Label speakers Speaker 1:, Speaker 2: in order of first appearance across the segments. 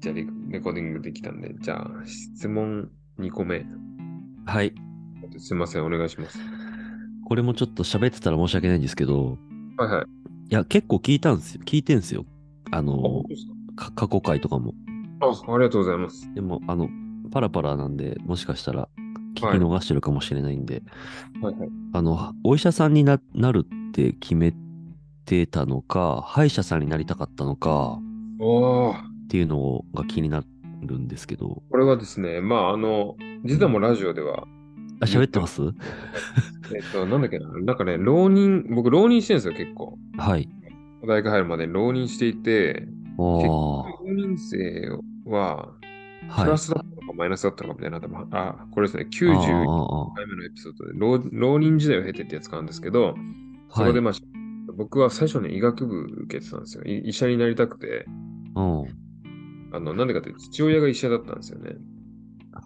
Speaker 1: じゃあレ、レコーディングできたんで、じゃあ、質問2個目。
Speaker 2: はい。
Speaker 1: すいません、お願いします。
Speaker 2: これもちょっと喋ってたら申し訳ないんですけど、
Speaker 1: はいはい。
Speaker 2: いや、結構聞いたんですよ。聞いてんすよ。あの、か過去回とかも。
Speaker 1: あ、ありがとうございます。
Speaker 2: でも、あの、パラパラなんで、もしかしたら聞き逃してるかもしれないんで、
Speaker 1: はいはい。
Speaker 2: あの、お医者さんにななるって決めてたのか、歯医者さんになりたかったのか
Speaker 1: おー
Speaker 2: っていうのが気になるんですけど、
Speaker 1: これはですね、まあ、あの、実はもうラジオでは、
Speaker 2: あ、喋ってます
Speaker 1: えっと、なんだっけな、なんかね、浪人、僕、浪人してるんですよ、結構。
Speaker 2: はい。
Speaker 1: 大学入るまで浪人していて、
Speaker 2: ああ、は
Speaker 1: 浪人生は、プ
Speaker 2: い。
Speaker 1: ラスだったのかマイナスだったのかみたいな、多分あ、これですね、
Speaker 2: ああ
Speaker 1: 90
Speaker 2: ああ
Speaker 1: 回目のエピソードで浪、浪人時代を経てってやつがあるんですけど、そ
Speaker 2: は
Speaker 1: こ
Speaker 2: い。
Speaker 1: でまあ、僕は最初に医学部受けてたんですよ。い医者になりたくて、
Speaker 2: うん。
Speaker 1: あの、なんでかっていうと父親が医者だったんですよね。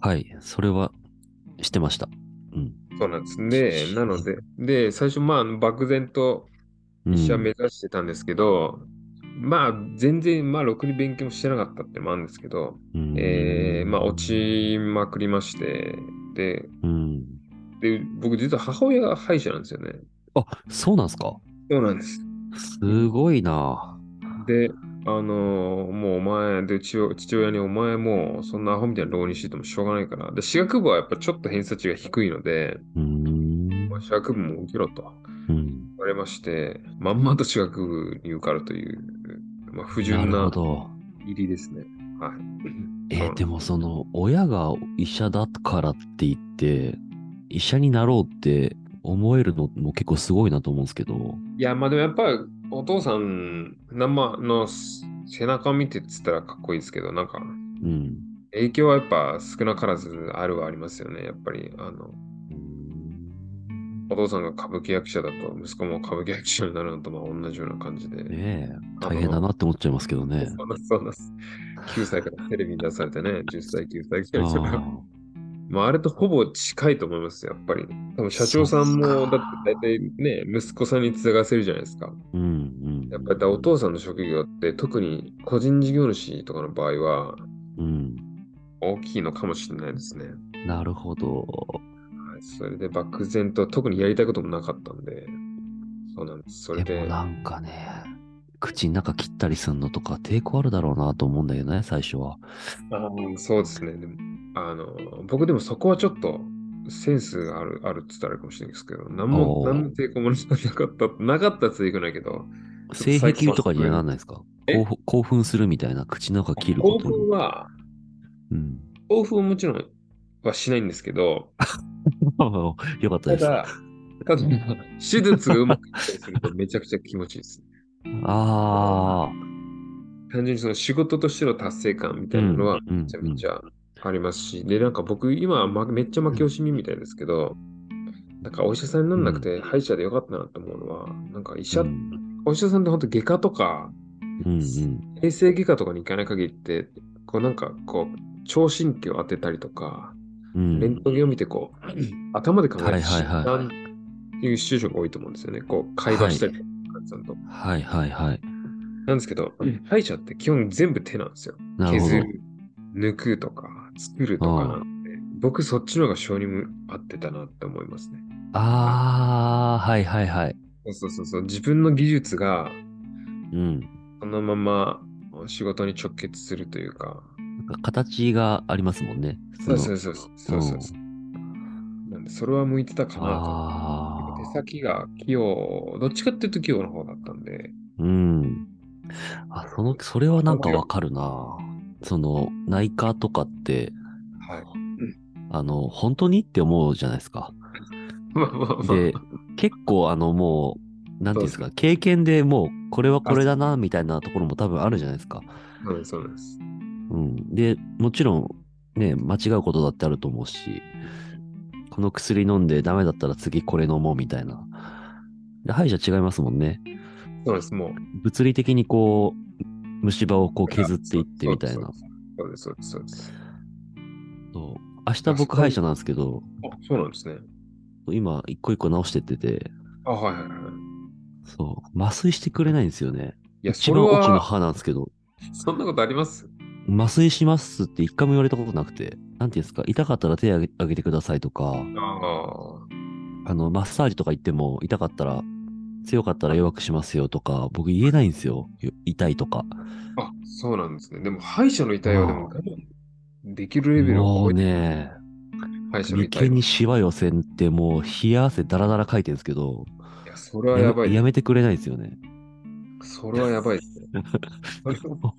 Speaker 2: はい。それは知ってました。うん。
Speaker 1: そうなんです。で、なので、で、最初、まあ、漠然と
Speaker 2: うん
Speaker 1: 医者目指してたんですけど、まあ、全然、まあ、ろくに勉強もしてなかったってのもあるんですけど、
Speaker 2: うん
Speaker 1: えー、まあ、落ちまくりまして、で、
Speaker 2: うん。
Speaker 1: で、僕、実は母親が歯医者なんですよね。
Speaker 2: あ、そうなんすか
Speaker 1: そうなんです。
Speaker 2: すごいな
Speaker 1: で、あのーもうお前、で、父親父親にお前もうそんなアホみたいな浪人しててもしょうがないから。で、私学部はやっぱちょっと偏差値が低いので、
Speaker 2: うーん
Speaker 1: まあ、私学部も受けろと
Speaker 2: うん。
Speaker 1: 言われまして、まんまと私学部に受かるという、まあ、不
Speaker 2: な
Speaker 1: 純
Speaker 2: るほ
Speaker 1: な
Speaker 2: ど。
Speaker 1: 入りですね。はい。
Speaker 2: え
Speaker 1: そう
Speaker 2: ーでもその、親が医者だからって言って、医者になろうって思えるのも結構すごいなと思うんですけど。
Speaker 1: いや、まあでもやっぱお父さん、生の背中見てっつったらかっこいいですけど、なんか
Speaker 2: うん。
Speaker 1: 影響はやっぱ少なからずあるはありますよね。やっぱり、あの、お父さんが歌舞伎役者だと、息子も歌舞伎役者になるのとまあ同じような感じで。
Speaker 2: ねえ、
Speaker 1: あの
Speaker 2: 大変だなって思っちゃいますけどね。
Speaker 1: そうなんです、そうなんです。9歳からテレビに出されてね、10歳、9歳
Speaker 2: あ
Speaker 1: からまあ、あれとほぼ近いと思いますよ、やっぱり。多分社長さんも、
Speaker 2: そ
Speaker 1: だ
Speaker 2: う
Speaker 1: っ
Speaker 2: か
Speaker 1: て大体ね、息子さんに継がせるじゃないですか。
Speaker 2: ーうんうん。
Speaker 1: やっぱりだお父さんの職業って、特に個人事業主とかの場合は、
Speaker 2: うん。
Speaker 1: 大きいのかもしれないですね。
Speaker 2: なるほど。
Speaker 1: はい、それで漠然と、特にやりたいこともなかったんで、そうなんです。それ
Speaker 2: でも
Speaker 1: で、
Speaker 2: なんかね、口の中切ったりするのとか抵抗あるだろうなと思うんだよね、最初は。
Speaker 1: あーそうですね。でもあの僕でもそこはちょっとセンスがあるあるって言ったらあれかもしれないですけど、何も
Speaker 2: おー
Speaker 1: 何の抵抗もなかった、なかったって言うないけど、
Speaker 2: 性癖とかにはならないですか
Speaker 1: え
Speaker 2: 興奮興奮するみたいな、口の中切る
Speaker 1: 興
Speaker 2: こと
Speaker 1: 奮
Speaker 2: に。
Speaker 1: は、
Speaker 2: うん、
Speaker 1: 興奮はもちろんはしないんですけど、
Speaker 2: よかった
Speaker 1: た
Speaker 2: です。あ
Speaker 1: だ、ただ、手術がうまくいったりするとめちゃくちゃ気持ちいいです。
Speaker 2: あ
Speaker 1: 単純にその仕事としての達成感みたいなのは
Speaker 2: うん
Speaker 1: めちゃめちゃありますし、で、なんか僕今はまめっちゃ負け惜しみみたいですけど、なんかお医者さんにならなくて歯医者でよかったなと思うのは、なんか医
Speaker 2: ー。
Speaker 1: 者、
Speaker 2: うん
Speaker 1: お医者さんって本当外科とか、
Speaker 2: うんうん
Speaker 1: 衛生外科とかに行かない限りって、こうなんかこう、聴診器を当てたりとか、
Speaker 2: うん
Speaker 1: レントゲンを見てこう、頭で考え
Speaker 2: は
Speaker 1: て
Speaker 2: いはい
Speaker 1: 診
Speaker 2: はい
Speaker 1: 断っていう手術が多いと思うんですよね。こう、会話したりとか、患者さんと。
Speaker 2: はいはいはい。
Speaker 1: なんですけど、歯医者って基本全部手なんですよ。
Speaker 2: なるほ
Speaker 1: 削
Speaker 2: ど。
Speaker 1: る、抜くとか、作るとかなんで、僕そっちの方が性に合ってたなって思いますね。
Speaker 2: ああ、はいはいはい。
Speaker 1: そうそうそう、自分の技術が
Speaker 2: うん。
Speaker 1: そのまま仕事に直結するというか、
Speaker 2: なんか形がありますもんね。普通
Speaker 1: そ
Speaker 2: の
Speaker 1: うそうそうそうそうそうそう。なんで、それは向いてたかな
Speaker 2: あ
Speaker 1: と。
Speaker 2: あ
Speaker 1: 手。先が器用、どっちかっていうと器用の方だったんで、
Speaker 2: うん。あ、その、それはなんかわかるな。その、内科とかって、
Speaker 1: はい。
Speaker 2: あの、本当にって思うじゃないですか。
Speaker 1: まあまあまあ。
Speaker 2: で、結構あの、もう、なんていうんですか、経験でもう、これはこれだな、みたいなところも多分あるじゃないですか。
Speaker 1: そうです、そうです。
Speaker 2: うん。で、もちろん、ね、間違うことだってあると思うし、この薬飲んでダメだったら次これ飲もうみたいな。で、歯医者違いますもんね。
Speaker 1: そうです、もう。
Speaker 2: 物理的にこう、虫歯をこう削っていってみたいな。
Speaker 1: そうです。そうです、そうです。そうです
Speaker 2: そう明日僕歯医者なんですけど、
Speaker 1: あ、そうなんですね。
Speaker 2: 今一個一個直してってて、
Speaker 1: あ、はいはいはい。
Speaker 2: そう、麻酔してくれないんですよね。
Speaker 1: いや、
Speaker 2: 一
Speaker 1: それ
Speaker 2: 番奥の
Speaker 1: は、
Speaker 2: 歯なんですけど、
Speaker 1: そんなことあります
Speaker 2: 麻酔しますって一回も言われたことなくて、なんていうんですか、痛かったら手あげあげてくださいとか、
Speaker 1: ああ。
Speaker 2: あの、マッサージとか行っても、痛かったら、強かったら弱くしますよとか、僕言えないんですよ。よ痛いとか。
Speaker 1: あ、そうなんですね。でも、歯医者の痛いはでも我慢できるレベルを
Speaker 2: も
Speaker 1: 超
Speaker 2: う
Speaker 1: えて、
Speaker 2: ね、
Speaker 1: 歯医者の
Speaker 2: 眉
Speaker 1: 痛い
Speaker 2: 間
Speaker 1: は。
Speaker 2: にシワ寄せんって、もう冷や汗ダラダラかいてるんですけど、
Speaker 1: いや、それは
Speaker 2: や
Speaker 1: や
Speaker 2: め
Speaker 1: ばい
Speaker 2: や
Speaker 1: ね。
Speaker 2: めてくれないですよね。
Speaker 1: それはやばいですね。それは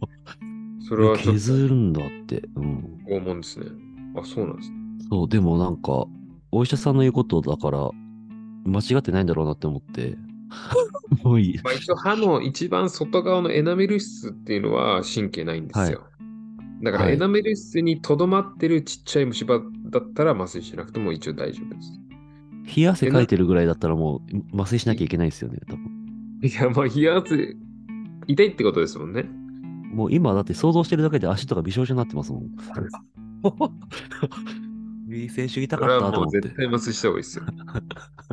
Speaker 1: それはちょっと
Speaker 2: 削るんだって。うん。
Speaker 1: 拷問ですね。あ、そうなんですね。
Speaker 2: そう、でもなんか、お医者さんの言うことだから、間違ってないんだろうなって思って。 もういい。
Speaker 1: まあ、一応、歯の一番外側のエナメル質っていうのは神経ないんですよ。だから、
Speaker 2: はい
Speaker 1: エナメル質にとどまってるちっちゃい虫歯だったら麻酔しなくても一応大丈夫です。
Speaker 2: 冷や汗かいてるぐらいだったらもう麻酔しなきゃいけないですよね、多分。
Speaker 1: いや、まあ、冷や汗、痛いってことですもんね。
Speaker 2: もう今だって想像してるだけで足とかびしょびしょになってますもん。 え先週痛
Speaker 1: そ
Speaker 2: か
Speaker 1: れ
Speaker 2: っ
Speaker 1: は
Speaker 2: たと
Speaker 1: も
Speaker 2: 思っ
Speaker 1: う
Speaker 2: て。
Speaker 1: 絶対麻酔した方がいいですよ。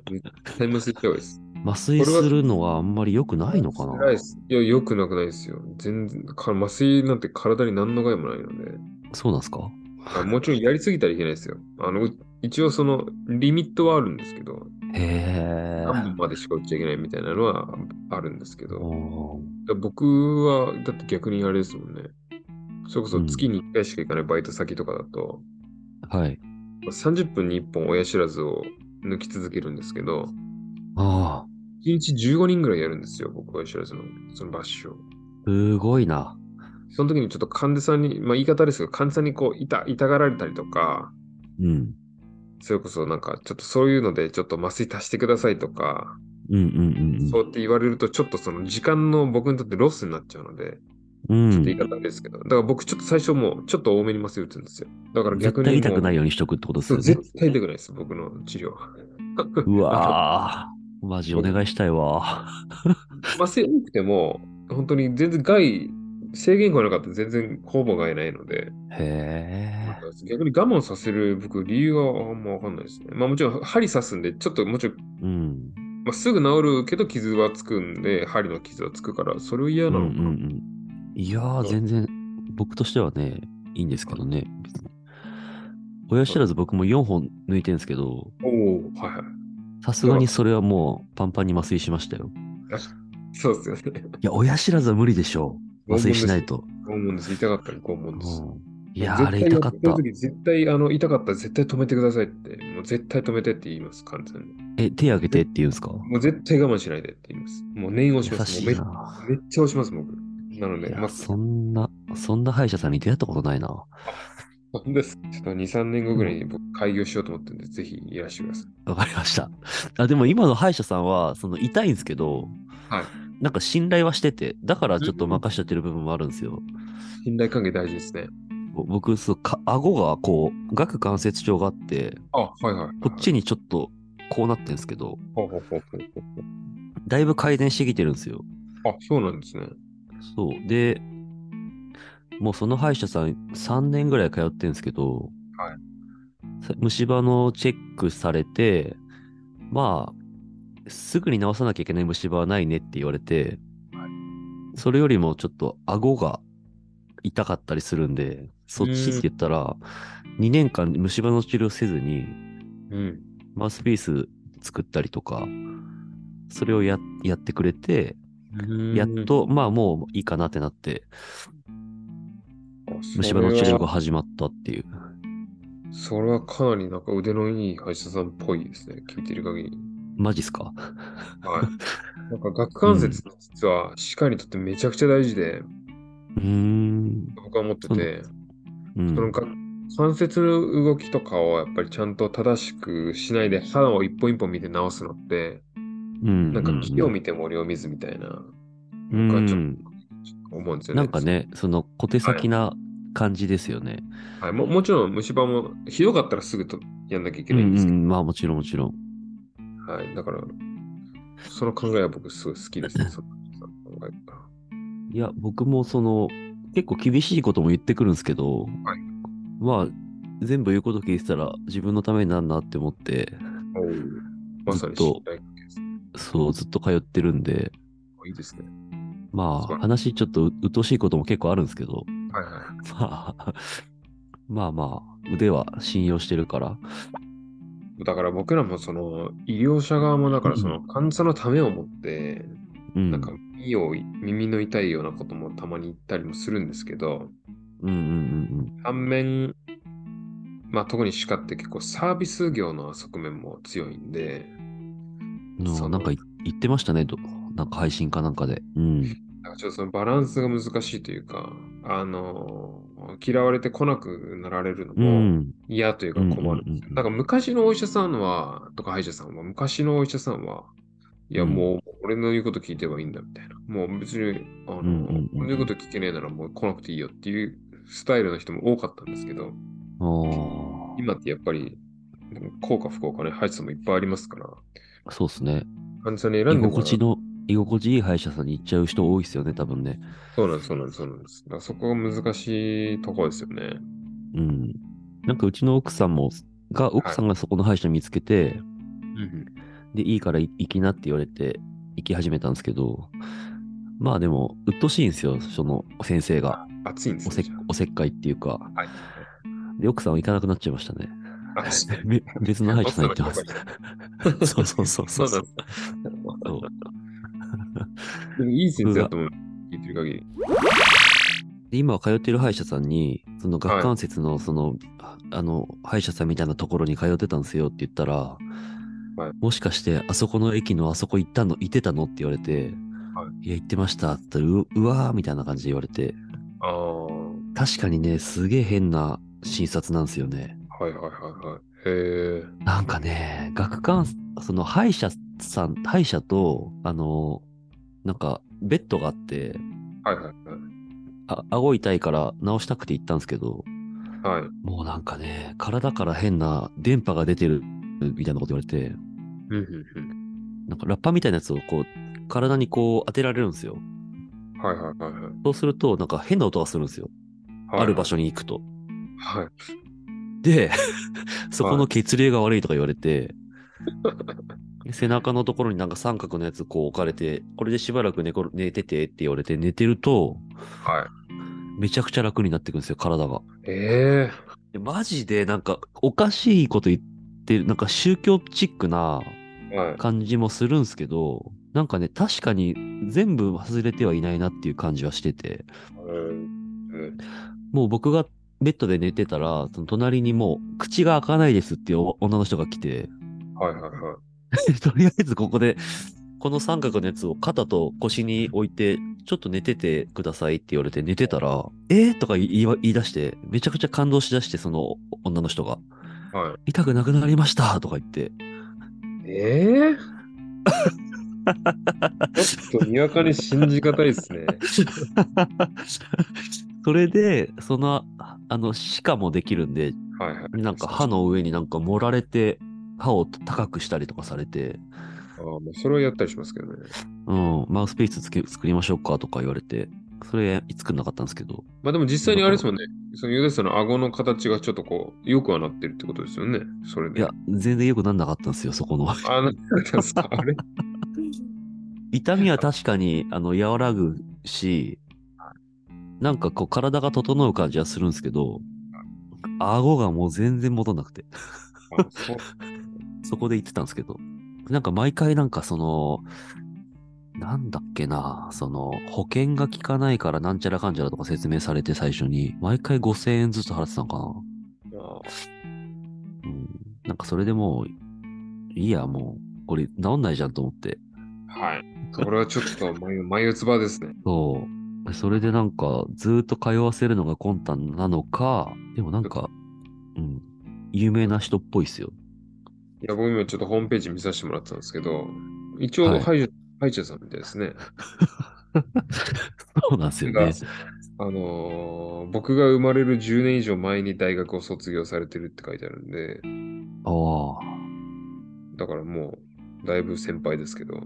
Speaker 1: 絶対麻酔した方がいいです。
Speaker 2: 麻酔するのはあんまり良くないのかな
Speaker 1: 辛いです。いや、良くなくないですよ。全然、か麻酔なんて体に何の害もないので。
Speaker 2: そうなんですか
Speaker 1: あもちろんやりすぎたらいけないですよ。あの、う一応その、リミットはあるんですけど、
Speaker 2: へ
Speaker 1: 何本までしか打っちゃいけないみたいなのはあるんですけ
Speaker 2: え。
Speaker 1: ど、
Speaker 2: おー
Speaker 1: だから僕は、だって逆にあれですもんね。それこそ月に1回しか行かないバイト先とかだと、
Speaker 2: はい。
Speaker 1: 30分に1本親知らずを抜き続けるんですけど、
Speaker 2: ああ、
Speaker 1: 1日15人ぐらいやるんですよ、僕は知らずの、そのバッシュを。
Speaker 2: すごいな。
Speaker 1: その時にちょっと患者さんに、まあ言い方ですけど、患者さんにこう、痛、痛がられたりとか、
Speaker 2: うん。
Speaker 1: それこそなんか、ちょっとそういうので、ちょっと麻酔足してくださいとか、
Speaker 2: うんうんうん
Speaker 1: そうやって言われると、ちょっとその時間の僕にとってロスになっちゃうので、
Speaker 2: うん。
Speaker 1: ち
Speaker 2: う
Speaker 1: ょっと言い
Speaker 2: ん。
Speaker 1: 方ですけど、だから僕ちょっと最初もう、ちょっと多めに麻酔打つんですよ。だから逆
Speaker 2: 絶
Speaker 1: にも
Speaker 2: 対
Speaker 1: う。
Speaker 2: 痛くないようにしとくってことです
Speaker 1: そ
Speaker 2: よ
Speaker 1: う、
Speaker 2: ね。
Speaker 1: 絶対痛くないです、僕の治療は。
Speaker 2: うわーマジお願いしたいわ。
Speaker 1: 麻酔多くても、本当に全然害、制限がなかったら全然ほぼ害ないので、
Speaker 2: へえ。
Speaker 1: 逆に我慢させる僕理由があんま分かんないですね。まあもちろん針刺すんで、ちょっともちろん、
Speaker 2: うん。
Speaker 1: まあ、すぐ治るけど傷はつくんで、針の傷はつくから、それを嫌
Speaker 2: うん
Speaker 1: な
Speaker 2: う
Speaker 1: の
Speaker 2: んうん。いやー、
Speaker 1: そう
Speaker 2: 全然、僕としてはね、いいんですけどね、別に。親知らず僕も4本抜いてるんですけど、
Speaker 1: おおはいはい。
Speaker 2: さすがにそれはもうパンパンに麻酔しましたよ。
Speaker 1: そうですよね。
Speaker 2: いや、親知らずは無理でしょう。麻酔しないと。
Speaker 1: 拷問です。痛かったら拷問です。
Speaker 2: うんいやー、
Speaker 1: 絶
Speaker 2: あれ
Speaker 1: 対
Speaker 2: 痛かっ
Speaker 1: その
Speaker 2: た。
Speaker 1: 時絶対、あの、痛かったら絶対止めてくださいって、もう絶対止めてって言います、完全に。
Speaker 2: え、手あげてって言うんですか
Speaker 1: もう絶対我慢しないでって言います。もう念を押し
Speaker 2: 優
Speaker 1: ます。
Speaker 2: し
Speaker 1: もう
Speaker 2: い
Speaker 1: め
Speaker 2: な。
Speaker 1: めっちゃ押します、僕。なので、
Speaker 2: いや
Speaker 1: まあ、
Speaker 2: そんな、そんな歯医者さんに出会ったことないな。
Speaker 1: そうです。ちょっと2、3年後ぐらいに僕、開業しようと思ってるんで、ぜひいらしてください。
Speaker 2: わかりました。あでも今の歯医者さんは、その痛いんですけど、
Speaker 1: はい
Speaker 2: なんか信頼はしてて、だからちょっと任しちゃってる部分もあるんですよ。
Speaker 1: 信頼関係大事ですね。
Speaker 2: ぼ僕、そう、か顎がこう、顎関節症があって、
Speaker 1: あ、はいはい。
Speaker 2: こっちにちょっとこうなってんですけど、
Speaker 1: ほうほうほうほうほ
Speaker 2: だいぶ改善してきてるんですよ。
Speaker 1: うあ、そうなんですね。
Speaker 2: そう。で、もうその歯医者さん3年ぐらい通ってんですけど、
Speaker 1: は
Speaker 2: さ虫歯のチェックされて、まあ、すぐに治さなきゃいけない虫歯はないねって言われて、
Speaker 1: は
Speaker 2: それよりもちょっと顎が痛かったりするんで、そっちって言ったら、2年間虫歯の治療せずに、
Speaker 1: うん。
Speaker 2: マウスピース作ったりとか、それをややってくれて、やっと、まあもういいかなってなって、虫歯の治療が始まったっていう。
Speaker 1: それは。それはかなりなんか腕のいい歯医者さんっぽいですね。聞いてる限り。
Speaker 2: マジっすか
Speaker 1: はい。なんか、顎関節って実は歯科にとってめちゃくちゃ大事で、
Speaker 2: うーん。
Speaker 1: 僕は思ってて、
Speaker 2: う
Speaker 1: その
Speaker 2: ん。
Speaker 1: 顎関節の動きとかをやっぱりちゃんと正しくしないで、歯を一本一本見て直すのって、
Speaker 2: うん
Speaker 1: なんか
Speaker 2: うん
Speaker 1: 木を見て森を見ずみたいな、
Speaker 2: うん
Speaker 1: 僕はちょっ
Speaker 2: うん
Speaker 1: と思うんですよね。
Speaker 2: なんかね、その小手先な感じですよね。
Speaker 1: はい、ももちろん虫歯もひどかったらすぐとやんなきゃいけないん
Speaker 2: う
Speaker 1: で
Speaker 2: ん
Speaker 1: す
Speaker 2: う
Speaker 1: けど、
Speaker 2: んまあもちろんもちろん。
Speaker 1: はい、だから、その考えは僕すごい好き ですね、そのその考えが。
Speaker 2: いや、僕もその、結構厳しいことも言ってくるんですけど、
Speaker 1: はい
Speaker 2: まあ、全部言うこと聞いてたら自分のためになるなって思って、
Speaker 1: まさに
Speaker 2: ずっと
Speaker 1: 信頼関係ですね。
Speaker 2: そう、ずっと通ってるんで、
Speaker 1: いいですね。
Speaker 2: ま
Speaker 1: そう
Speaker 2: あ、話ちょっとう鬱陶しいことも結構あるんですけど、
Speaker 1: はいは
Speaker 2: まあ、 まあまあ、腕は信用してるから。
Speaker 1: い。だから僕らもその医療者側もだからその患者のためを持って、
Speaker 2: うん。
Speaker 1: なんか耳を耳の痛いようなこともたまに言ったりもするんですけど、
Speaker 2: うんうんうん
Speaker 1: 反面、まあ特に歯科って結構サービス業の側面も強いんで、
Speaker 2: うん
Speaker 1: その
Speaker 2: の。なんかい言ってましたね、どなんか配信かなんかで。うん。
Speaker 1: なんかちょっとそのバランスが難しいというか、あの嫌われてこなくなられるの
Speaker 2: う
Speaker 1: も
Speaker 2: ん。
Speaker 1: 嫌というか困るんです
Speaker 2: うんうんうんう
Speaker 1: よ。
Speaker 2: ん
Speaker 1: なんか昔のお医者さんは、とか歯医者さんは、昔のお医者さんは、いや
Speaker 2: うん
Speaker 1: もう俺の言うこと聞いてばいいんだみたいな。もう別に、あの、
Speaker 2: うんうんうん
Speaker 1: 俺の言うこと聞けねえならもう来なくていいよっていうスタイルの人も多かったんですけど、
Speaker 2: あ
Speaker 1: 今ってやっぱり、効果不効果ね、歯医者さんもいっぱいありますから、
Speaker 2: あ、そうですね。
Speaker 1: 患者さんに選
Speaker 2: 居
Speaker 1: んでもら
Speaker 2: 心
Speaker 1: う
Speaker 2: 地の、居心地いい歯医者さんに行っちゃう人多いですよね、多分ね。
Speaker 1: そうなんです、そうなんです、そうなんです。だからそこが難しいところですよね。
Speaker 2: うん。なんかうちの奥さんも、が、奥さんがそこの歯医者見つけて、
Speaker 1: うん
Speaker 2: で、いいからい行きなって言われて、行き始めたんですけど、まあでも、鬱陶しいんですよ、その先生が。
Speaker 1: 暑いんです
Speaker 2: お
Speaker 1: ね
Speaker 2: せっ
Speaker 1: じゃ
Speaker 2: おせっかいっていうか。
Speaker 1: あはい。
Speaker 2: で、奥さんは行かなくなっちゃいましたね。
Speaker 1: あ確かに
Speaker 2: べ別の歯医者さん行ってます
Speaker 1: 奥さん。
Speaker 2: そうそうそうそう。
Speaker 1: そう
Speaker 2: そう
Speaker 1: でもいい先生だと思う。聞いてる限り。
Speaker 2: で今通ってる歯医者さんに、その顎関節の、その、ああの、歯医者さんみたいなところに通ってたんですよって言ったら、
Speaker 1: はい
Speaker 2: もしかして、あそこの駅のあそこ行ったの、行ってたのって言われて、、
Speaker 1: はい
Speaker 2: や、行ってましたって言ったら、ううわーみたいな感じで言われて、
Speaker 1: ああ、
Speaker 2: 確かにね、すげえ変な診察なんですよね。
Speaker 1: はいはいはいはい。へえ。
Speaker 2: なんかね、学館、その歯医者さん、歯医者と、あの、なんか、ベッドがあって、
Speaker 1: はいはい
Speaker 2: あ顎痛いから治したくて行ったんですけど、
Speaker 1: はい。はい。
Speaker 2: もうなんかね、体から変な電波が出てるみたいなこと言われて、
Speaker 1: うんうん
Speaker 2: なんかラッパみたいなやつをこう、体にこう当てられるんですよ。
Speaker 1: うんはいはいはいはい。
Speaker 2: そうすると、なんか変な音がするんですよ。ある場
Speaker 1: 所。
Speaker 2: 所に行くと。
Speaker 1: はい。
Speaker 2: で、そこの血流が悪いとか言われて、背中のところになんか三角のやつこう置かれて、これでしばらく寝こ寝ててって言われて寝てると、
Speaker 1: はい。
Speaker 2: めちゃくちゃ楽になってくんですよ、体が。
Speaker 1: ええ。
Speaker 2: でマジでなんかおかしいこと言ってる、なんか宗教チックな
Speaker 1: はい。
Speaker 2: 感じもするんすけど、なんかね、確かに全部外れてはいないなっていう感じはしてて、
Speaker 1: うんうん
Speaker 2: もう僕がベッドで寝てたら、その隣にもう口が開かないですっていうお女の人が来て、
Speaker 1: はいはいはい。
Speaker 2: とりあえずここで、この三角のやつを肩と腰に置いて、ちょっと寝ててくださいって言われて寝てたら、えー、とか言い言い出して、めちゃくちゃ感動しだして、その女の人が、
Speaker 1: は
Speaker 2: 痛くなくなりましたとか言って、
Speaker 1: い。ええ。ちょっとにわかに信じがたいですね。
Speaker 2: それで、その、あの、歯科もできるんで、
Speaker 1: はいはい。
Speaker 2: なんか歯の上になんか盛られて、歯を高くしたりとかされて、
Speaker 1: ああ、もうそれはやったりしますけどね。
Speaker 2: うん、マウスピースつけ作りましょうかとか言われて、それ作んなかったんですけど、
Speaker 1: まあでも実際にあれですもんね。そのユダさんの顎の形がちょっとこう、よくはなってるってことですよね。それで。
Speaker 2: いや、全然良くなんなかったんですよ、そこの。
Speaker 1: あ、なんかですかあれ
Speaker 2: 痛みは確かに、あの、和らぐし、なんかこう、体が整う感じはするんですけど、顎がもう全然戻んなくて、
Speaker 1: あそう
Speaker 2: そこで言ってたんですけど、なんか毎回なんかその、なんだっけな、その、保険が効かないからなんちゃらかんちゃらとか説明されて最初に、毎回5000円ずつ払ってたのかな。
Speaker 1: あ
Speaker 2: うん、なんかそれでもう、いいや、もう、これ治んないじゃんと思って、
Speaker 1: はい。これはちょっと眉、眉唾ですね。
Speaker 2: そう。それでなんか、ずーっと通わせるのが魂胆なのか、でもなんか、うん、有名な人っぽいっすよ。
Speaker 1: いや、僕今ちょっとホームページ見させてもらったんですけど、一
Speaker 2: は
Speaker 1: 応
Speaker 2: い
Speaker 1: 歯医者、歯医者さんみたいですね。
Speaker 2: そうなんですよ
Speaker 1: な
Speaker 2: ね
Speaker 1: ん。あのー僕が生まれる10年以上前に大学を卒業されてるって書いてあるんで、
Speaker 2: ああ。
Speaker 1: だからもう、だいぶ先輩ですけど、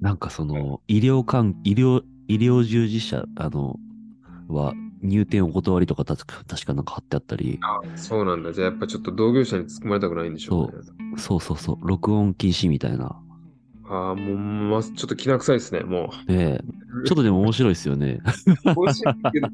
Speaker 2: なんかその、医療関、医療、医療従事者、あの、は、入店お断りとか確か、確かなんか貼ってあったり、
Speaker 1: そうなんだ。じゃあやっぱちょっと同業者に突っ込まれたくないんでしょうね。
Speaker 2: そうそうそう、録音禁止みたいな。
Speaker 1: ああ、もう、ま、ちょっと気 な臭いですね、も
Speaker 2: ねえ、
Speaker 1: う。
Speaker 2: ちょっとでも面白いっすよね。
Speaker 1: 面白いけど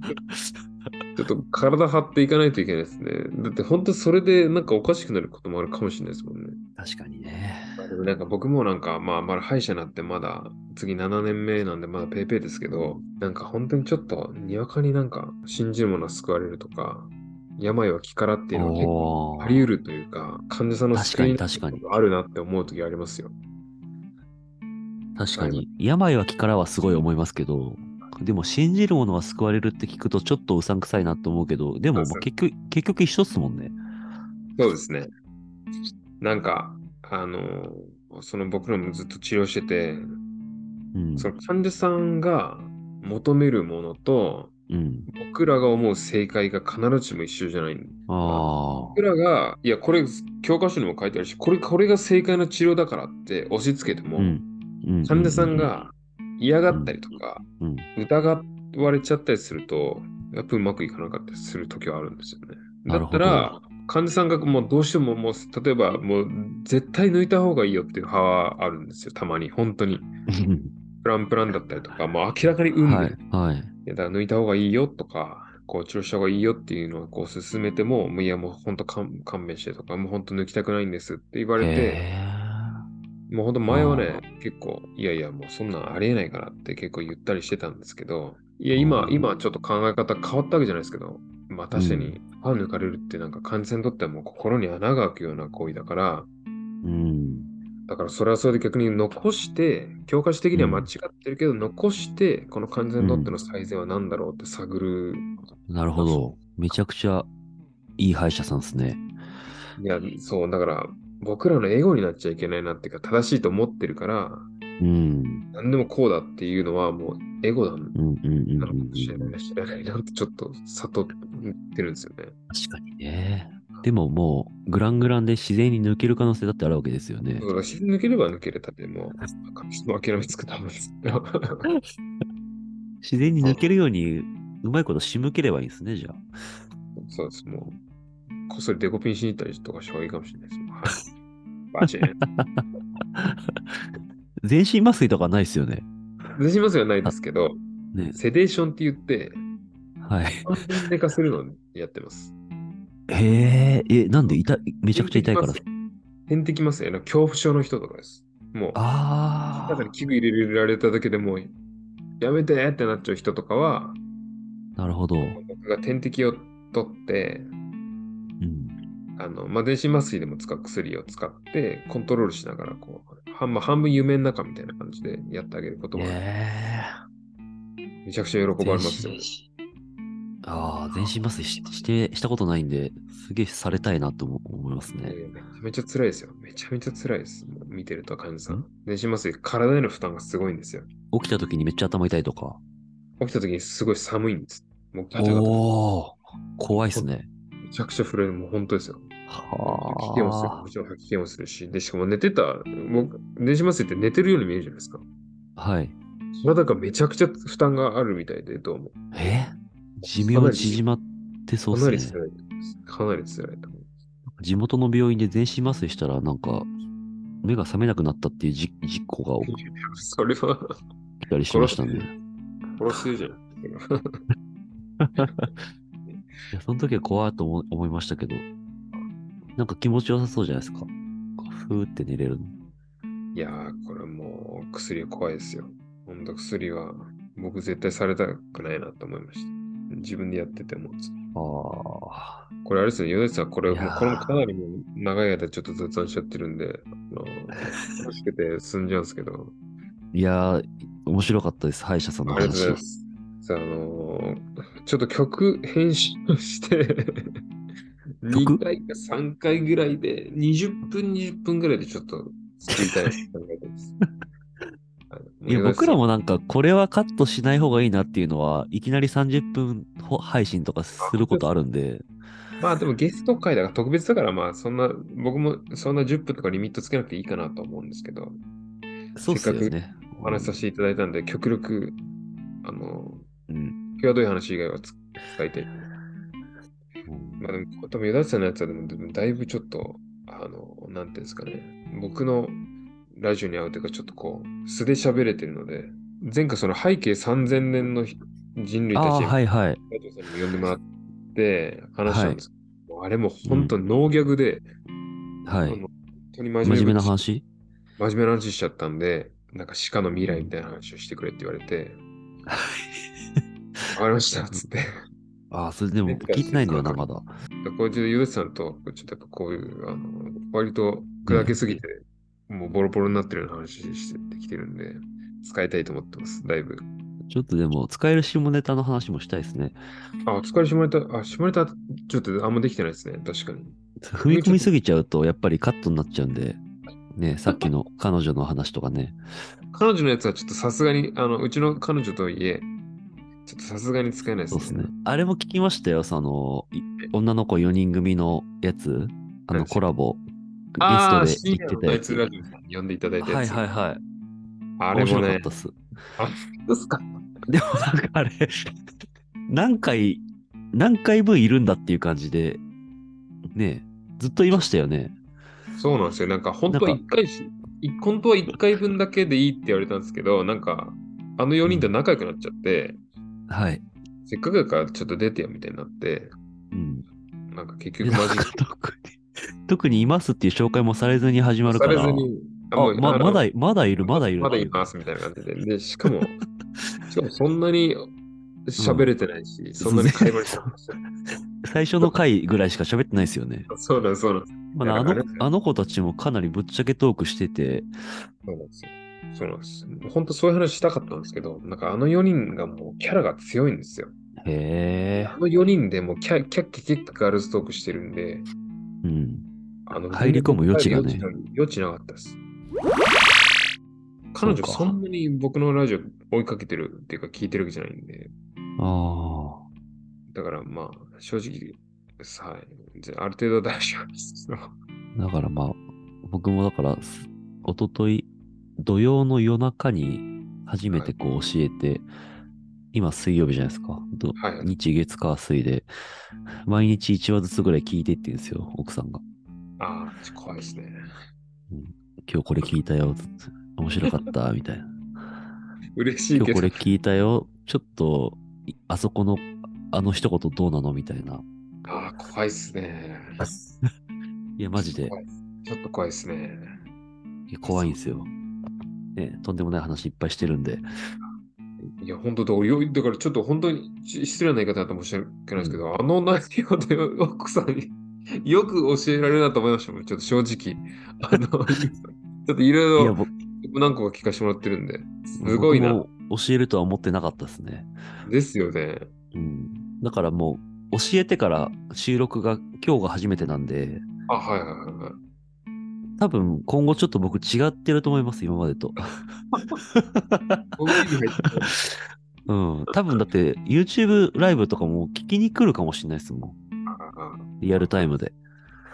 Speaker 1: ちょっと体張っていかないといけないですね。だって本当それでなんかおかしくなることもあるかもしれないですもんね。
Speaker 2: 確かにね。
Speaker 1: まあでもなんか僕もなんか、まあ、まだ歯医者になってまだ次7年目なんでまだペイペイですけど、なんか本当にちょっとにわかになんか信じるものは救われるとか、病は気からっていうのは結構
Speaker 2: お
Speaker 1: あり得るというか、患者さんの救いになる
Speaker 2: 確かに確かに
Speaker 1: ことがあるなって思う時ありますよ。
Speaker 2: 確かに。病は気からはすごい思いますけど、でも信じるものは救われるって聞くとちょっとうさんくさいなと思うけど、でもまあ結局、結局一緒っすもんね。
Speaker 1: そうですね。なんか、あのその僕らもずっと治療してて、
Speaker 2: うん。
Speaker 1: その患者さんが求めるものと、
Speaker 2: うん。
Speaker 1: 僕らが思う正解が必ずしも一緒じゃない。
Speaker 2: あ
Speaker 1: 僕らが、いや、これ、教科書にも書いてあるし、これ、これが正解の治療だからって押し付けて
Speaker 2: あ。
Speaker 1: も、
Speaker 2: うん。う
Speaker 1: 患者さん、が嫌がったりとか、
Speaker 2: うん。
Speaker 1: 疑われちゃったりすると、やっぱうまくいかなかったりする時はあるんですよね。
Speaker 2: な
Speaker 1: だ
Speaker 2: る
Speaker 1: っ
Speaker 2: ほ
Speaker 1: た
Speaker 2: ど
Speaker 1: ら、患者さんがもうどうしてももう、例えばもう絶対抜いた方がいいよっていう派はあるんですよ、たまに。本当に。プランプランだったりとか、もう明らかに運で、
Speaker 2: はい。はい。
Speaker 1: いやだから抜いた方がいいよとか、こう治療した方がいいよっていうのをこう勧めても、もういやもう本当勘勘弁してとか、もう本当抜きたくないんですって言われて、
Speaker 2: へ
Speaker 1: もう本当前は
Speaker 2: あ
Speaker 1: ね、結構、いやいやもうそんなんありえないからって結構言ったりしてたんですけど、いや今、
Speaker 2: うん
Speaker 1: 今ちょっと考え方変わったわけじゃないですけど、まあ確か
Speaker 2: う
Speaker 1: に歯抜かれるってなんか患者さんにとってはもう心に穴が開くような行為だから、
Speaker 2: ーうん。
Speaker 1: だからそれはそれで逆に残して、教科書的には間違ってるけど、残して、この患者さんにとっての最善は何だろうって探る
Speaker 2: なるほど。めちゃくちゃいい歯医者さんですね。
Speaker 1: いや、そう、だから、僕らのエゴになっちゃいけないなっていうか、正しいと思ってるから、
Speaker 2: うん。
Speaker 1: 何でもこうだっていうのは、もうエゴだ
Speaker 2: うんうんうんうん
Speaker 1: なの
Speaker 2: う
Speaker 1: かもしれ
Speaker 2: ん。
Speaker 1: ない、知らないなって、ちょっと悟ってるんですよね。
Speaker 2: 確かにね。でももう、グラングランで自然に抜ける可能性だってあるわけですよね
Speaker 1: だ。から、死抜ければ抜けれたでもう、確実に諦めつくためですけど。
Speaker 2: 自然に抜けるように、うまいこと仕向ければいいんですね、じゃあ。
Speaker 1: そうです、もう、こっそりデコピンしに行ったりとかした方がいいかもしれないです。はい。 バチン。
Speaker 2: 全身麻酔とかないですよね。
Speaker 1: 私しますよ、ないですけど、
Speaker 2: ね。
Speaker 1: セデーションって言って、
Speaker 2: はい。
Speaker 1: 半分寝かせるのをやってます。
Speaker 2: へえ、え、なんで痛い、めちゃくちゃ痛いから。
Speaker 1: 点滴麻酔の恐怖症の人とかです。もう、
Speaker 2: あ
Speaker 1: 中に器具入れられただけでもう、やめてってなっちゃう人とかは、
Speaker 2: あ、なるほど。う
Speaker 1: 僕が点滴を取って、
Speaker 2: ん。
Speaker 1: あのまあ、電子麻酔でも使う薬を使って、コントロールしながら、こう、半,、まあ、半分夢の中みたいな感じでやってあげることが、
Speaker 2: え
Speaker 1: めちゃくちゃ喜ばれますよ。
Speaker 2: 全身ああ、全身麻酔ししてしたことないんで、すげえされたいなとも思います
Speaker 1: え
Speaker 2: ね。
Speaker 1: ーめちゃめちゃ辛いですよ。めちゃめちゃ辛いです。もう見てると、患者さん。電子麻酔、体への負担がすごいんですよ。
Speaker 2: 起きた時にめっちゃ頭痛いとか。
Speaker 1: 起きた時にすごい寒いんです。もうガタガタ、
Speaker 2: おお怖いっすね。
Speaker 1: めちゃくちゃ震える、もう本当ですよ。吐き気もする、
Speaker 2: は
Speaker 1: もちろん吐き気もするし、で、しかも寝てた、僕、電子麻酔って寝てるように見えるじゃないですか。
Speaker 2: あ。はい。
Speaker 1: 体がめちゃくちゃ負担があるみたいで、どうも。
Speaker 2: え寿命縮まってそう
Speaker 1: かな
Speaker 2: で
Speaker 1: り
Speaker 2: すね。
Speaker 1: 辛いです。かなり辛いと思う。
Speaker 2: 地元の病院で全身麻酔したら、なんか、目が覚めなくなったっていう事事故が起
Speaker 1: それは、
Speaker 2: きたりしましたね。
Speaker 1: 殺殺すじゃん。
Speaker 2: いや、その時は怖いと思思いましたけど、なんか気持ちよさそうじゃないですか。ふーって寝れるの。
Speaker 1: いやー、これもう、薬は怖いですよ。ほんと薬は、僕絶対されたくないなと思いました。自分でやってても。
Speaker 2: ああ。
Speaker 1: これあれですね、ヨネさん、これ、
Speaker 2: いやー
Speaker 1: もうこれもかなりもう長い間ちょっと雑談しちゃってるんで、あの、 楽しくて済んじゃうんですけど。
Speaker 2: いやー、面白かったです。歯医者さんの
Speaker 1: ありがとうござい
Speaker 2: 話
Speaker 1: ま。す。さあ、あのーちょっと曲編集 して、2回か3回ぐらいで、20分、20分ぐらいでちょっと作りたいなと考えて ます。
Speaker 2: いや、僕らもなんか、これはカットしない方がいいなっていうのは、いきなり30分ほ配信とかすることあるんで、
Speaker 1: まあでもゲスト会だから特別だから、まあそんな、僕もそんな10分とかリミットつけなくていいかなと思うんですけど、
Speaker 2: そうっすよね。
Speaker 1: お話しさせていただいたんで、極力、あの
Speaker 2: うん。
Speaker 1: ー、際どい話以外はつ使いたい。まあでも、多分、ヨダさんのやつはでも、でもだいぶちょっと、あの、なんていうんですかね、僕のラジオに合うというか、ちょっとこう、素で喋れてるので、前回その背景3000年のひ人類
Speaker 2: あ
Speaker 1: た
Speaker 2: あ
Speaker 1: ち
Speaker 2: ー、はいはい。
Speaker 1: ラジオさんにも呼んでもらって話したんですけど、もうあれも本当ノーギャグで、
Speaker 2: は
Speaker 1: あ
Speaker 2: い
Speaker 1: の。本当に真面
Speaker 2: 真
Speaker 1: 目
Speaker 2: 面目な
Speaker 1: 話
Speaker 2: 話
Speaker 1: 真面目な話しちゃったんで、なんか鹿の未来みたいな話をしてくれって言われて、 わかりましたっつって。
Speaker 2: ああ、それでも
Speaker 1: なんか
Speaker 2: 聞いてないんだよな、
Speaker 1: そ
Speaker 2: ま
Speaker 1: う
Speaker 2: だ。
Speaker 1: こうちょっとヨネさんと、ちょっとやっぱこういう、あの割と砕けすぎて、もうボロボロになってるような話してきてるんで、使いたいと思ってます、だいぶ。
Speaker 2: ちょっとでも、使える下ネタの話もしたいですね。
Speaker 1: あ、お疲れしまれた。あ、しまれた、ちょっとあんまできてないですね、確かに。
Speaker 2: 踏み込みすぎちゃうと、やっぱりカットになっちゃうんで、 ね、さっきの彼女の話とかね。
Speaker 1: 彼女のやつはちょっとさすがに、あの、うちの彼女とはいえ、ちょっとさすがに使えないです
Speaker 2: そう
Speaker 1: ね。
Speaker 2: ですね。あれも聞きましたよ、その、い女の子4人組のやつ、あ
Speaker 1: 何
Speaker 2: の
Speaker 1: ですか
Speaker 2: コラボ、
Speaker 1: ああ、
Speaker 2: ゲスト
Speaker 1: 深
Speaker 2: で
Speaker 1: 夜
Speaker 2: 言っ
Speaker 1: の
Speaker 2: てた
Speaker 1: ナ
Speaker 2: や
Speaker 1: イツラジオ
Speaker 2: つ。
Speaker 1: さんに呼んでいただいた
Speaker 2: は
Speaker 1: や
Speaker 2: い
Speaker 1: つ。
Speaker 2: はいはい。
Speaker 1: あれ
Speaker 2: 面
Speaker 1: も
Speaker 2: 白か
Speaker 1: ね
Speaker 2: っ、たっす。
Speaker 1: あ、ですか
Speaker 2: でもなんかあれ、 何回、何回分いるんだっていう感じで、ね、ずっといましたよね。
Speaker 1: そうなんですよ。なんか本当は
Speaker 2: なん
Speaker 1: 1
Speaker 2: か
Speaker 1: 回し、い本当は1回分だけでいいって言われたんですけど、なんか、あの4人と仲良くなっちゃって、
Speaker 2: はい。
Speaker 1: せっかくだからちょっと出てよみたいになって、
Speaker 2: うん。
Speaker 1: なんか結
Speaker 2: で
Speaker 1: 局
Speaker 2: な
Speaker 1: マジ
Speaker 2: んか特に、特にいますっていう紹介もされずに始まるから。
Speaker 1: されずに、
Speaker 2: あ
Speaker 1: もう
Speaker 2: ま
Speaker 1: あの
Speaker 2: まだい、まだいる、まだいる。
Speaker 1: まだいますみたいな感じで。で、し かも、しかもそんなに喋れてないし、そんなに会話してました。
Speaker 2: 最初の回ぐらいしか喋ってないですよね。
Speaker 1: そうなんですそうなんです
Speaker 2: まあ、
Speaker 1: だ
Speaker 2: あ
Speaker 1: から
Speaker 2: の
Speaker 1: あれ
Speaker 2: あの子たちもかなりぶっちゃけトークしてて、
Speaker 1: そうなんですよ。そうなんです。本当そういう話したかったんですけど、なんかあの4人がもうキャラが強いんですよ。
Speaker 2: へえ
Speaker 1: あ、の4人でもうキャキャッキャキャッキャガールズトークしてるんで、
Speaker 2: うん。
Speaker 1: あの
Speaker 2: 入り込む余地が
Speaker 1: 余
Speaker 2: ね
Speaker 1: 地余地なかったです。彼
Speaker 2: そう
Speaker 1: 女
Speaker 2: か
Speaker 1: そんなに僕のラジオ追いかけてるっていうか聞いてるわけじゃないんで、
Speaker 2: ああ。
Speaker 1: だからまあ正直、はい、じゃあある程度大丈夫です。
Speaker 2: だからまあ、僕もだから、す一昨日土曜の夜中に初めてこう教えて、今水曜日じゃないですか。ど
Speaker 1: はい
Speaker 2: 日月火水で、毎日1話ずつぐらい聞いてって言うんですよ、奥さんが。
Speaker 1: ああ、ちょ怖いですね。
Speaker 2: 今日これ聞いたよ、つって面白かった、みたいな。
Speaker 1: 嬉しい
Speaker 2: 今
Speaker 1: けど
Speaker 2: 日これ、聞いたよ、ちょっと、いあそこの、あの一言どうなのみたいな。
Speaker 1: ああ、怖いですね。
Speaker 2: いや、マジで
Speaker 1: 怖いっすちょっと怖いですね。
Speaker 2: いや怖いんですよ。ね、とんでもない話いっぱいしてるんで。
Speaker 1: いや、本当だ、よだからちょっと本当にし失礼な言い方だと申し訳ないですけど、あの内容で奥さんによく教えられるなと思いましたもん、ちょっと正直。あ のちょっといろ
Speaker 2: い
Speaker 1: い
Speaker 2: や、
Speaker 1: ろ
Speaker 2: 僕
Speaker 1: 何個か聞かせてもらってるんで、すごいな。
Speaker 2: 僕も教えるとは思ってなかったですね。
Speaker 1: ですよね。
Speaker 2: うん。だからもう、教えてから収録が今日が初めてなんで、
Speaker 1: あ、はいはいはいはい。
Speaker 2: 多分今後ちょっと僕違ってると思います、今までと。
Speaker 1: こういう意味入ってた
Speaker 2: うん。多分だって、YouTube ライブとかも聞きに来るかもしれないですも
Speaker 1: あ
Speaker 2: ん。リアルタイムで。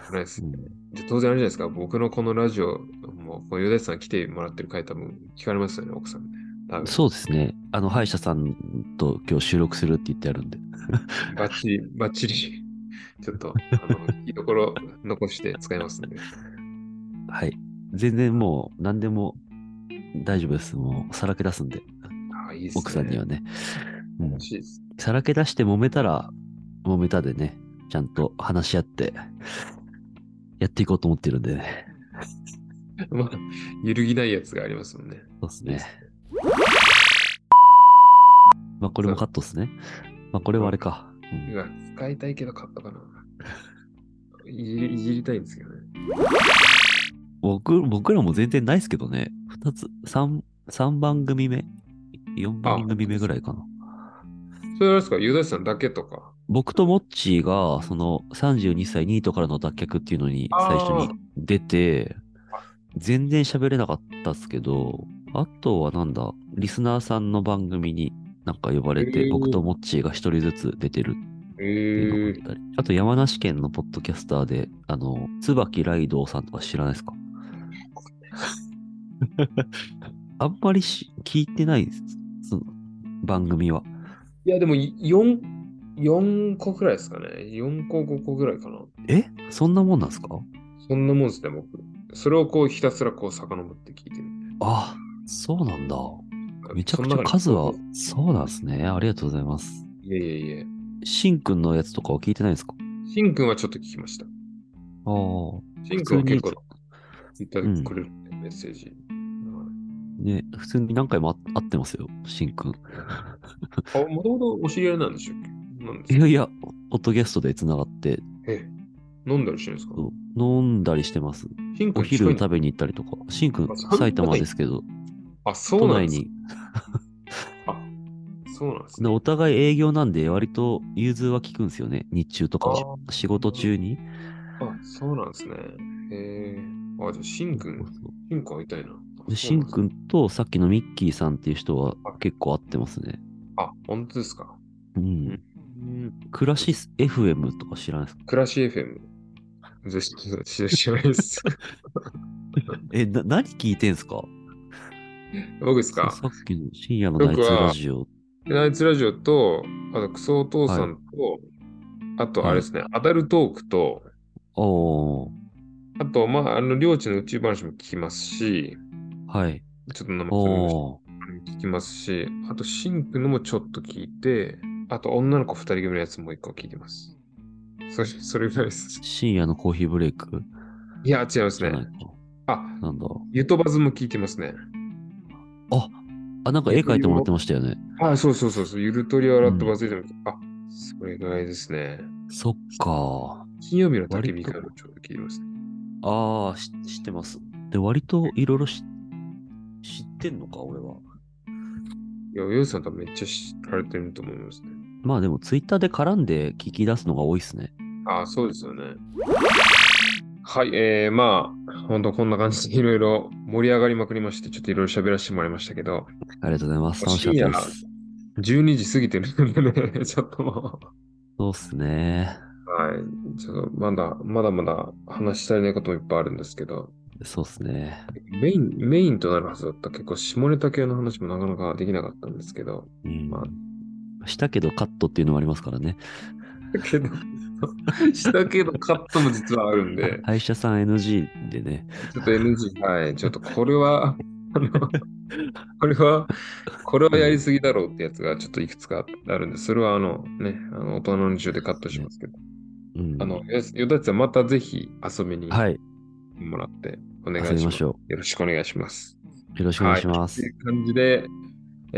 Speaker 1: あないです
Speaker 2: う
Speaker 1: ね
Speaker 2: ん
Speaker 1: で当然あれじゃないですか、僕のこのラジオ、もう、こうヨダさん来てもらってる回多分聞かれますよね、奥さんね。多 分
Speaker 2: そうですね。あの、歯医者さんと今日収録するって言ってあるんで。
Speaker 1: バッチリ、バッチリ、ちょっと、あの、いいところ残して使いますんで。
Speaker 2: はい。全然もう、何でも大丈夫です。もう、さらけ出すんで、
Speaker 1: ああ、いいですね。
Speaker 2: 奥さんにはね。うん
Speaker 1: 楽。しいです。
Speaker 2: さらけ出して揉めたら、揉めたでね、ちゃんと話し合って、やっていこうと思ってるんでね。
Speaker 1: まあ、揺るぎないやつがありますもんね。
Speaker 2: そうですね。まあ、これもカットですね。まあ、これはあれか。うん
Speaker 1: うわ、使いたいけど買ったかな。いじりいじりたいんですけどね。
Speaker 2: 僕僕らも全然ないですけどね。二つ、三、三番組目、四番組目ぐらいかな。
Speaker 1: それはあれですか、ユダさんだけとか。
Speaker 2: 僕とモッチーが、その32歳ニートからの脱却っていうのに最初に出て、全然喋れなかったっすけど、あとはなんだ、リスナーさんの番組になんか呼ばれ
Speaker 1: へ
Speaker 2: て、
Speaker 1: ー
Speaker 2: 僕とモッチーが一人ずつ出てる
Speaker 1: え
Speaker 2: ってい
Speaker 1: ー
Speaker 2: うのがあったり、あと山梨県のポッドキャスターで、あの、椿ライドウさんとか知らないですかあんまりし聞いてないです、その番組は。
Speaker 1: いや、でも4、4個くらいですかね。4個、5個くらいかな。
Speaker 2: えそんなもんなんですか
Speaker 1: そんなもんですね、僕。それをこう、ひたすらこう、遡って聞いてる。
Speaker 2: あ、そうなんだ。めちゃくちゃ数は、そうなんですね。ありがとうございます。
Speaker 1: いえいえいえ。
Speaker 2: しんくんのやつとかは聞いてないですか
Speaker 1: しんくんはちょっと聞きました。
Speaker 2: ああ。
Speaker 1: しんくんは結構
Speaker 2: 普通
Speaker 1: ツイッターでくれるんで、メッセージ。
Speaker 2: ね、普通に何回もあ会ってますよ、しんくん。
Speaker 1: はいあ、もともとお知り合いなんでしょうなんです
Speaker 2: い
Speaker 1: か
Speaker 2: やいや、ポッドゲストで繋がって、
Speaker 1: ええ飲んだりしてるんですか
Speaker 2: 飲んだりしてます。
Speaker 1: しんく
Speaker 2: お
Speaker 1: ん近
Speaker 2: 昼
Speaker 1: いんだ
Speaker 2: 食べに行ったりとか。しんくん
Speaker 1: あそんな、
Speaker 2: 埼玉ですけど、
Speaker 1: あ、そ
Speaker 2: 都
Speaker 1: うなんで
Speaker 2: 内
Speaker 1: す
Speaker 2: に。
Speaker 1: か。あ、そうなんです
Speaker 2: で
Speaker 1: ね。
Speaker 2: お互い営業なんで、割と融通は効くんですよね、日中とかは。仕事中に。
Speaker 1: あ、そうなんですね。へえ。あ、じゃあ、しんくん、しんくん会いたいな。
Speaker 2: で、しんく
Speaker 1: ん。
Speaker 2: んとさっきのミッキーさんっていう人は
Speaker 1: はい
Speaker 2: 結構合ってますね。
Speaker 1: あ、本当ですか。
Speaker 2: うん。クラシス FM とか知らないですか
Speaker 1: 暮らし FM。ぜひ、知ら知らない です。
Speaker 2: え、な、何聞いてんすか
Speaker 1: 僕ですか。
Speaker 2: さっきの深夜のナイツラジオ。
Speaker 1: でナイツラジオと、あと、クソお父さんと、あと、あれですね、アダルトークと、
Speaker 2: おー。
Speaker 1: あと、まあ、あの、領地の宇宙話も聞きますし、
Speaker 2: はい。
Speaker 1: ちょっと生
Speaker 2: おー。
Speaker 1: 聞きますし、あと、シンクのもちょっと聞いて、あと、女の子二人組のやつもう一個聞いてます。それ、それぐらいです。
Speaker 2: 深夜のコーヒーブレイク
Speaker 1: いや、違います
Speaker 2: じゃない
Speaker 1: ね
Speaker 2: か。。
Speaker 1: あ、
Speaker 2: なんだ。
Speaker 1: ゆとばずも聞いてますね。
Speaker 2: あ、あ、なんか絵描いてもらってましたよね。
Speaker 1: あ、そうそうそうそう、ゆるとりはラットバズイでも、あ、それぐらいですね。
Speaker 2: そっか。
Speaker 1: 金曜日の焚き火
Speaker 2: 割と
Speaker 1: 会もちょっと聞いてますね。
Speaker 2: ああ、し知ってます。で、割といろいろ知ってんのか、俺は。
Speaker 1: いや、ヨウさんとはめっちゃ知られてると思いますね。
Speaker 2: まあでも、ツイッターで絡んで聞き出すのが多いですね。
Speaker 1: あ、そうですよね。はい、えー、まあ、ほんとこんな感じでいろいろ盛り上がりまくりまして、ちょっといろいろ喋らせてもらいましたけど、
Speaker 2: ありがとうございます。楽しか
Speaker 1: 深
Speaker 2: っ
Speaker 1: 夜
Speaker 2: たです。
Speaker 1: 12時過ぎてるんで ね、ちょっとも
Speaker 2: そうっすね。
Speaker 1: う、はい、ちょっとまだ、まだまだ話したいないこともいっぱいあるんですけど、
Speaker 2: そうっすね。
Speaker 1: メイン、メインとなるはずだった結構下ネタ系の話もなかなかできなかったんですけ ど、
Speaker 2: うん
Speaker 1: ま
Speaker 2: したけどカットっていうのもありますからね。
Speaker 1: だけど、したけどカットも実はあるんで、
Speaker 2: 歯医者さん NG でね。
Speaker 1: ちょっと NG、はい、ちょっとこれは、あのこれは、これはやりすぎだろうってやつがちょっといくつかあるんで、それはあのね、あの大人の事情でカットしますけど、
Speaker 2: うん、
Speaker 1: あの、よよだちさんまたぜひ遊びに
Speaker 2: は
Speaker 1: 来
Speaker 2: い、
Speaker 1: てもらって、お願い
Speaker 2: 遊び
Speaker 1: し
Speaker 2: ま
Speaker 1: ま
Speaker 2: し
Speaker 1: す。よ
Speaker 2: ょ
Speaker 1: ろしくお願いします。
Speaker 2: う。よろしくお願いします。
Speaker 1: はい、という感じで、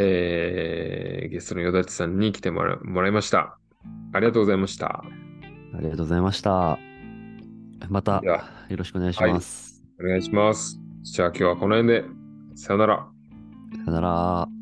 Speaker 1: えーゲストのよだちさんに来てもらもらいました。ありがとうございました。
Speaker 2: ありがとうございました。また
Speaker 1: では
Speaker 2: よろしくお願いします。
Speaker 1: お願いします。じゃあ今日はこの辺で、さよなら。
Speaker 2: さよなら。